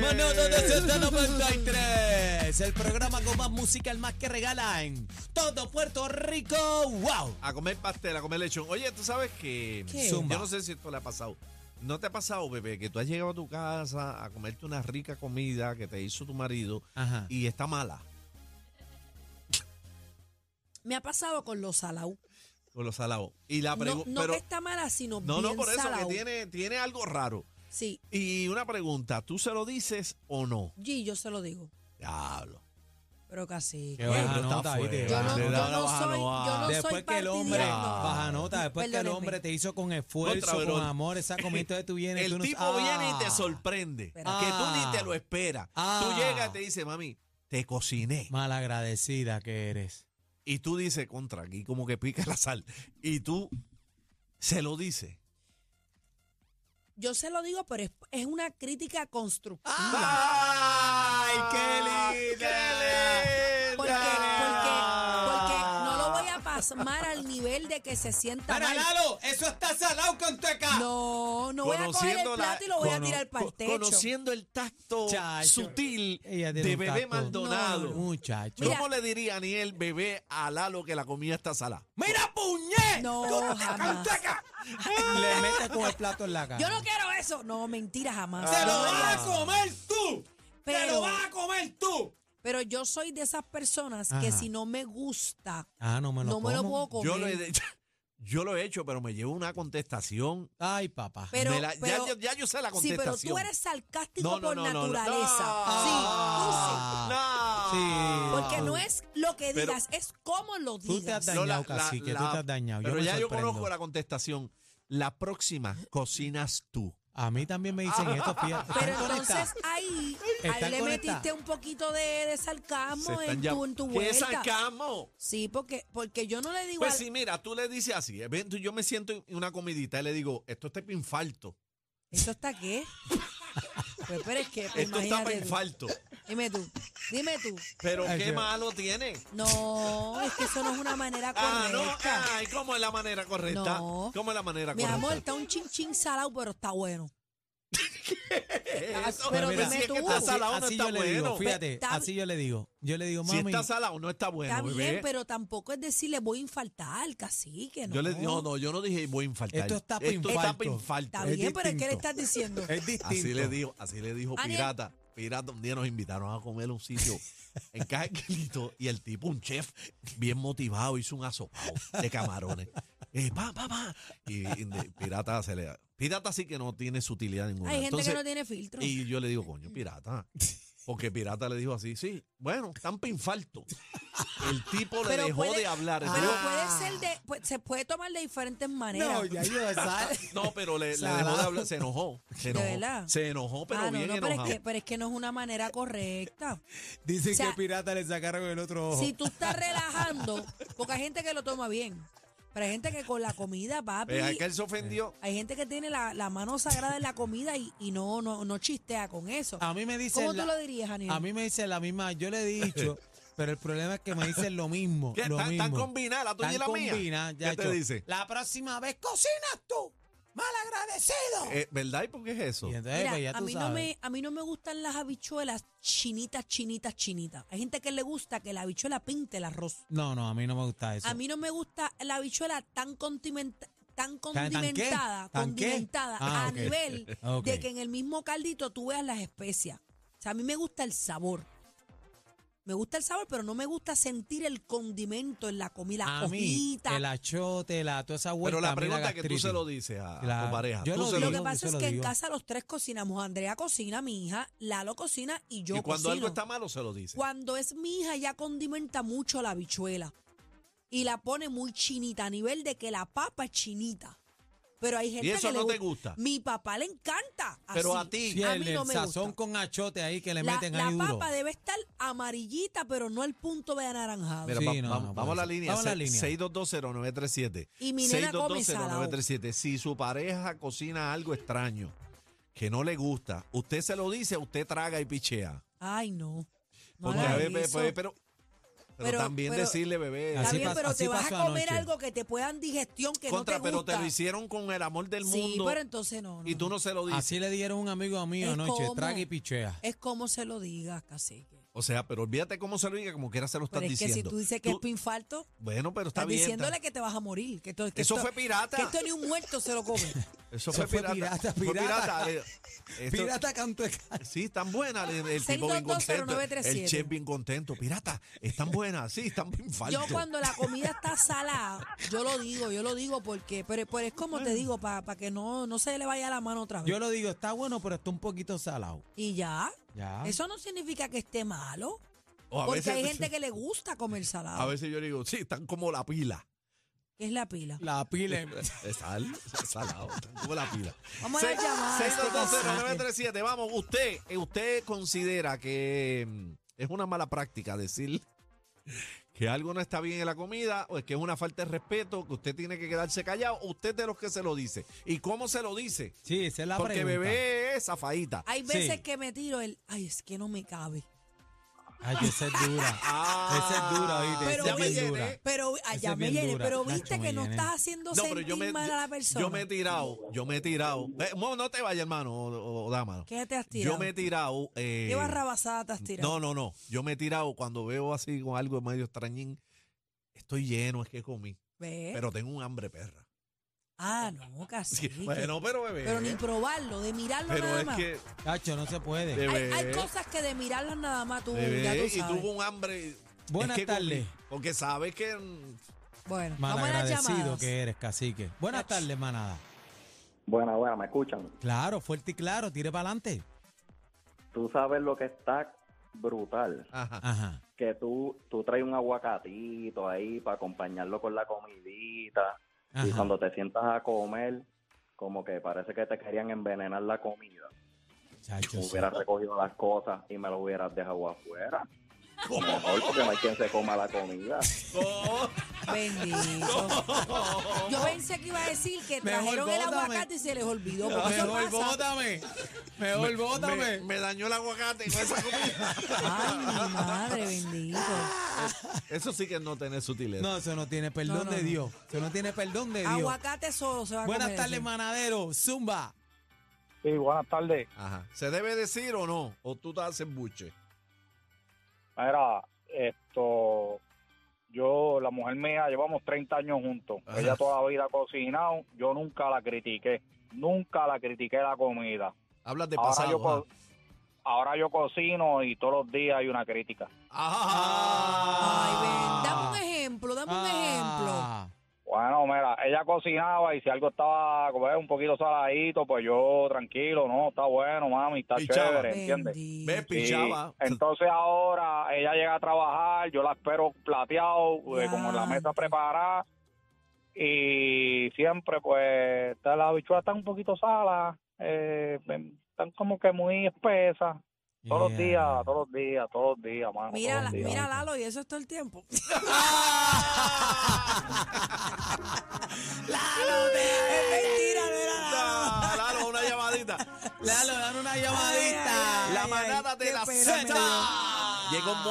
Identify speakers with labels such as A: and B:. A: minutos de Z 93. El programa con más música, el más que regala en todo Puerto Rico. ¡Wow!
B: A comer pastel, a comer lechón. Oye, tú sabes que
A: ¿Qué?
B: yo
A: Zumba.
B: no sé si esto le ha pasado. ¿No te ha pasado, bebé, que tú has llegado a tu casa a comerte una rica comida que te hizo tu marido
A: Ajá.
B: y está mala?
C: Me ha pasado con los salaú.
B: Con los salados. Y la
C: No,
B: pregunta.
C: no que está mala, sino
B: no, no,
C: bien
B: por eso,
C: salado.
B: que tiene, tiene algo raro.
C: Sí,
B: Y una pregunta, ¿tú se lo dices o no?
C: G, yo se lo digo.
B: Diablo.
C: Pero casi.
A: Qué baja
B: Pero está
A: nota,
B: fuera.
A: ¿viste?
C: Yo no,
B: Le
C: yo
B: da
C: no
B: una baja
C: soy,
B: nota.
C: yo no soy
A: después que el hombre
C: partidaria, no.
A: baja nota, después que el
C: Perdónenme.
A: hombre te hizo con esfuerzo,
B: Contra,
A: con
B: pero-
A: amor, esa comida de tu bien.
B: El tipo viene y te sorprende.
C: Espera.
B: Que tú
A: Ah.
B: ni te lo esperas.
A: Ah.
B: Tú llegas y te dice, mami, te cociné.
A: Malagradecida que eres.
B: Y tú dices, contra, aquí como que pica la sal. Y tú se lo dices.
C: Yo se lo digo, pero es, es una crítica
B: Ah,
C: constructiva.
B: ¡Ay,
A: qué linda!
B: Ah. linda!
C: Porque, porque, porque no lo voy a pasmar al nivel de que se sienta
A: Para
C: mal.
A: Lalo, eso está salado con tu acá.
C: No, no voy a coger el
B: Conociendo la-
C: plato y lo voy a
A: cono-
C: tirar para el
B: Co-
C: techo.
B: Conociendo el tacto
A: Chacho.
B: sutil
A: Ella tiene
B: de
A: un
B: bebé
A: tacto.
B: Maldonado.
C: No,
A: Muchacho.
C: Mira.
B: ¿Cómo le diría Aniel bebé a Lalo que la comida está salada?
A: ¡Mira, puñet!
C: No, jamás.
A: Le metes con el plato en la cara. Ah,
C: Yo no quiero eso. No, mentira, jamás.
B: Ah.
A: ¡Se
C: No,
A: lo
C: de
A: vas a
C: verdad.
A: comer tú! ¡Se
C: Pero-
A: lo vas a comer tú!
C: Pero yo soy de esas personas que
A: Ajá.
C: si no me gusta,
A: Ah, no me
C: no me lo puedo comer.
B: Yo lo, he, yo lo he hecho, pero me llevo una contestación.
A: Ay, papá.
C: Pero-
B: Me la- ya
C: pero-
B: yo- ya, yo sé la
C: sí,
B: contestación.
C: pero tú eres sarcástico
B: No, no,
C: por
B: no, no, no.
C: naturaleza. Sí, tú sí.
A: Ah,
B: No.
A: sí.
C: Porque no es lo que
B: Pero-
C: digas, es cómo lo
A: Tú te has
C: digas.
A: dado- dañado, cacique, tú te has dañado. Yo
B: Pero
A: me
B: ya yo
A: sorprendo.
B: conozco la contestación. La próxima cocinas tú.
A: A mí también me dicen esto, fíjate.
C: Pero
A: Están
C: entonces
A: conectadas.
C: ahí,
A: Están
C: ahí le
A: conectadas.
C: metiste un poquito de, de sarcasmo en
B: ya-
C: tu, en tu
B: ¿Qué
C: vuelta.
B: sacamos?
C: Sí, porque, porque yo no le digo
B: Pues
C: al-
B: sí, mira, tú le dices así. eh, ven, tú- yo me siento en una comidita y le digo, esto está para infarto.
C: ¿Eso está qué? Pues, pero es que,
B: Esto está para
C: imagínate. tú.
B: infarto.
C: Dime tú, dime tú.
B: Pero
A: Ay,
B: qué
A: qué-
B: malo tiene.
C: No, es que eso no es una manera
B: Ah, no,
C: correcta.
B: ay, ¿cómo es la manera correcta?
C: No.
B: ¿Cómo es la manera
C: Mi
B: correcta?
C: amor, está un chin chin salado, pero está bueno.
B: Eso,
C: pero
B: pues,
C: dime
B: si es
C: tú.
B: que está
C: Así-
B: salado, no
A: así
B: está
A: yo le digo,
B: bueno.
A: fíjate,
C: Está-
A: así yo le digo. Yo le digo,
B: Si
A: mami,
B: está salado, no está bueno.
C: Está bien,
B: bebé.
C: pero tampoco es decirle voy a infaltar, cacique, no.
B: Yo le no, no, yo no dije voy a infartar.
A: Esto está pa'
B: Esto está pa'
A: infarto.
B: infarto.
C: Está
A: Es
C: bien, pero es que le
A: distinto.
C: estás diciendo.
A: es distinto.
B: Así le dijo, así le dijo
C: Ariel.
B: Pirata. Pirata, un día nos invitaron a comer a un sitio en Caquilito y el tipo, un chef bien motivado, hizo un asopado de camarones. Eh, pa, pa, pa. Y, y de- Pirata se le Pirata sí que no tiene sutilidad ninguna.
C: Hay gente
B: Entonces,
C: que no tiene filtro.
B: Y yo le digo, coño, Pirata. Porque Pirata le dijo así, sí, bueno, tan infarto. El tipo le
C: Pero
B: dejó
C: puede-
B: de hablar. el
C: Pero
B: tipo-
C: puede ser de, pues, se puede tomar de diferentes maneras.
A: "Ah". No, ya yo, ¿sabes?
B: No, pero le, le dejó
A: Salado.
B: de hablar, se enojó. Se
C: ¿De
B: enojó,
C: verdad?
B: se enojó pero
C: Ah, no,
B: bien
C: no, pero,
B: enojado.
C: es que, pero es que no es una manera correcta.
A: Dicen
C: O sea,
A: que pirata le sacaron el otro ojo.
C: Si tú estás relajando, porque hay gente que lo toma bien, pero hay gente que con la comida, papi, eh,
B: Pues, es que él se ofendió.
C: hay gente que tiene la, la mano sagrada en la comida y, y no, no, no chistea con eso.
A: A mí me dicen
C: ¿Cómo
A: la-
C: tú lo dirías, Aniel?
A: A mí me dicen la misma, yo le he dicho, pero el problema es que me dicen lo mismo.
B: ¿Qué?
A: lo
B: ¿Tan- tan
A: mismo.
B: combinada la tuya y
A: Tan
B: la mía?
A: combinada, ya
B: ¿Qué te
A: hecho.
B: dice?
A: La próxima vez cocinas tú, malagradecido.
B: Eh, ¿Verdad? ¿Y por qué es eso?
A: y entonces,
C: Mira,
A: pues, ya
C: a
A: tú
C: mí no
A: sabes.
C: me a mí no me gustan las habichuelas chinitas, chinitas, chinitas. Hay gente que le gusta que la habichuela pinte el arroz.
A: No, no, a mí no me gusta eso.
C: A mí no me gusta la habichuela tan condimenta- tan
A: ¿Tan- tan qué?
C: condimentada,
A: ¿Tan qué?
C: condimentada
A: Ah,
C: a
A: ok.
C: nivel
A: Ok.
C: de que en el mismo caldito tú veas las especias. O sea, a mí me gusta el sabor. Me gusta el sabor, pero no me gusta sentir el condimento en la comida.
A: A
C: La
A: mí,
C: hojita.
A: el achote, la, toda esa vuelta.
B: Pero la
A: a mí
B: pregunta es que tú
A: gastritis.
B: se lo dices a, a
A: Claro.
B: tu pareja.
A: Yo
B: tú
A: lo
B: se
A: digo.
C: lo que
A: yo
C: pasa
A: se
C: es
A: lo
C: que en
A: digo.
C: casa los tres cocinamos. Andrea cocina, mi hija, Lalo cocina y yo
B: y cuando
C: cocino.
B: algo está malo, se lo dice.
C: Cuando es mi hija, ya condimenta mucho la habichuela y la pone muy chinita, a nivel de que la papa es chinita. Pero hay gente
B: ¿Y eso
C: que
B: no
C: le
B: te gusta?
C: Mi papá le encanta.
B: Pero
C: así.
B: a ti.
A: Sí,
C: a
A: el,
C: mí
A: el
C: no me
A: sazón
C: gusta.
A: con achote ahí que le
C: la
A: meten
C: la
A: ahí duro.
C: papa debe estar amarillita, pero no al punto de anaranjado.
B: Mira,
A: Sí,
B: va-
A: no,
B: va-
A: no,
B: vamos a
A: por
B: la
A: eso.
B: línea.
A: Vamos a la
B: se-
A: línea.
B: 6220937.
C: Y mi nena come
B: 6220937. Si su pareja cocina algo extraño que no le gusta, usted se lo dice, usted traga y pichea.
C: Ay, no. No
B: Porque a
C: hagas
B: veces,
C: eso.
B: pues, pero Pero,
C: Pero-
B: también
C: pero-
B: decirle, bebé.
C: Está
A: Así
C: bien,
A: pas-
C: pero te
A: así
C: vas a
A: pasó
C: comer
A: anoche.
C: algo que te puedan digestión que
B: contra,
C: no te
B: pero
C: gusta.
B: te lo hicieron con el amor del
C: sí,
B: mundo.
C: pero entonces no. no.
B: y tú no se lo dices.
A: Así le dijeron a un amigo mío
C: Es
A: anoche,
C: como-
A: traga y pichea.
C: Es como se lo digas, cacique.
B: O sea, pero olvídate cómo se lo diga, como quiera se lo estás
C: Pero es que
B: diciendo.
C: si tú dices que es pinfarto,
B: Bueno, pero está
C: estás
B: bien.
C: diciéndole
B: está-
C: que te vas a morir. Que esto, que
B: Eso
C: esto-
B: fue pirata.
C: Que esto ni un muerto se lo come.
B: Eso,
A: Eso
B: fue
A: fue
B: pirata.
A: pirata,
B: Fue
A: pirata.
B: eh, esto-
A: Pirata canto de ca-
B: Sí, están buenas. El, el tipo bien
C: 6220937.
B: contento. El chef bien contento. Pirata, están buenas. Sí, están bien falso.
C: Yo cuando la comida está salada, yo lo digo, yo lo digo porque, pero, pero es como te digo, para que no, no se le vaya la mano otra vez.
A: Yo lo digo, está bueno, pero está un poquito salado.
C: y ya,
A: Ya.
C: eso no significa que esté malo,
B: O a
C: porque
B: veces,
C: hay gente que le gusta comer salado,
B: A veces yo le digo, sí, están como la pila.
C: que es la pila.
A: La pila. en-
B: Es sal, es salado, están como la pila.
C: Vamos a la llamada,
B: Seis-
C: este
B: 6220937, Vamos, usted, eh, usted considera que mm, es una mala práctica decir que algo no está bien en la comida o es que es una falta de respeto, que usted tiene que quedarse callado. Usted es de los que se lo dice. ¿Y cómo se lo dice?
A: Sí, esa es la
B: Porque
A: pregunta.
B: bebé es zafadita.
C: Hay veces
A: Sí.
C: que me tiro el, ay, es que no me cabe.
A: Ay, esa es dura. esa es dura, oíste.
C: Ah, Pero
A: esa es
C: oye,
A: bien dura.
C: Pero
A: Esa
C: allá
A: es
C: me
A: bien
C: llené,
A: dura,
C: pero
A: Nacho,
C: viste
A: me
C: que no
A: llené.
C: estás haciendo
B: No, pero
C: sentir
B: yo me,
C: mal a la persona.
B: yo me he tirado, yo me he tirado.
A: Mm.
B: Eh, no, no te vayas, hermano o, o dama.
C: ¿Qué te has tirado?
B: Yo me he tirado. eh,
C: ¿Qué barrabasada te has tirado?
B: No, no, no. Yo me he tirado cuando veo así con algo medio extrañín. Estoy lleno, es que comí.
C: ¿Ves?
B: Pero tengo un hambre, perra.
C: ah, no, casi.
B: Bueno, pero bebé.
C: Pero ni probarlo, de mirarlo
B: pero
C: nada
B: es
C: más.
B: que,
A: Nacho, no se puede.
B: Bebé.
C: Hay, hay cosas que de mirarlas nada más tú, ya
B: bebé,
C: tú
B: y
C: sabes.
B: tuvo un hambre.
A: Buenas
B: es que comí.
A: tardes.
B: porque sabes que. mm,
C: Bueno, vamos a las
A: Malagradecido
C: llamadas.
A: que eres, cacique. Buenas
C: Nacho.
A: tardes, manada.
D: Bueno, bueno, me escuchan.
A: Claro, fuerte y claro, tire para adelante.
D: Tú sabes lo que está brutal.
B: Ajá.
A: Ajá.
D: Que tú, tú traes un aguacatito ahí para acompañarlo con la comidita. Y
A: ajá.
D: cuando te sientas a comer, como que parece que te querían envenenar la comida.
A: Chacho, sí.
D: hubieras recogido las cosas y me lo hubieras dejado afuera. Mejor porque no hay quien se coma la comida.
B: Oh,
C: Bendito. Yo pensé que iba a decir que
A: Mejor
C: trajeron el
A: bótame.
C: aguacate y se les olvidó. Porque eso
A: Mejor
C: pasa.
A: bótame. Mejor
B: me,
A: bótame.
B: me dañó el aguacate con esa comida.
C: Ay, mi madre, bendito.
B: Eso sí que es no tener sutileza.
A: No, eso no tiene perdón
C: No, no,
A: de
C: no.
A: Dios. Eso no tiene perdón de Dios.
C: Aguacate solo se va a
A: Buenas
C: comer
A: tardes,
C: eso.
A: manadero. Zumba.
E: Sí, buenas tardes.
B: Ajá. ¿Se debe decir o no? ¿O tú te haces buche?
E: Mira, esto, yo, la mujer mía, llevamos 30 años juntos.
B: Ajá.
E: Ella toda la vida ha cocinado, yo nunca la critiqué. Nunca la critiqué la comida.
B: Hablas de
E: ahora,
B: pasado.
E: yo co-
B: ajá.
E: ahora yo cocino y todos los días hay una crítica.
C: Ay, ven,
B: Ah.
C: dame un ejemplo, dame un ejemplo.
A: Ah.
E: Bueno, mira, ella cocinaba y si algo estaba como es, un poquito saladito, pues yo tranquilo, no, está bueno, mami, está
B: Y chava.
E: chévere, ¿entiendes?
B: Ves,
C: Bendito.
E: Sí,
B: pichaba.
E: entonces ahora ella llega a trabajar, yo la espero plateado, eh, como en la
C: Ya.
E: mesa preparada. Y siempre, pues, está- las habichuelas están un poquito salas, eh, están como que muy espesas. Todos los
A: Yeah.
E: días, todos los días, todos los días, mano.
C: Mira,
E: todos
C: la-
E: los días.
C: mira Lalo, y eso es todo el tiempo.
B: ¡Ah!
C: Lalo, es mentira, no era Lalo.
B: Ah, Lalo, una llamadita.
A: Lalo, dan una llamadita.
C: Ay, ay, ay,
B: La
C: ay,
B: manada
C: qué
B: de la
C: pena me
B: Z. Llegó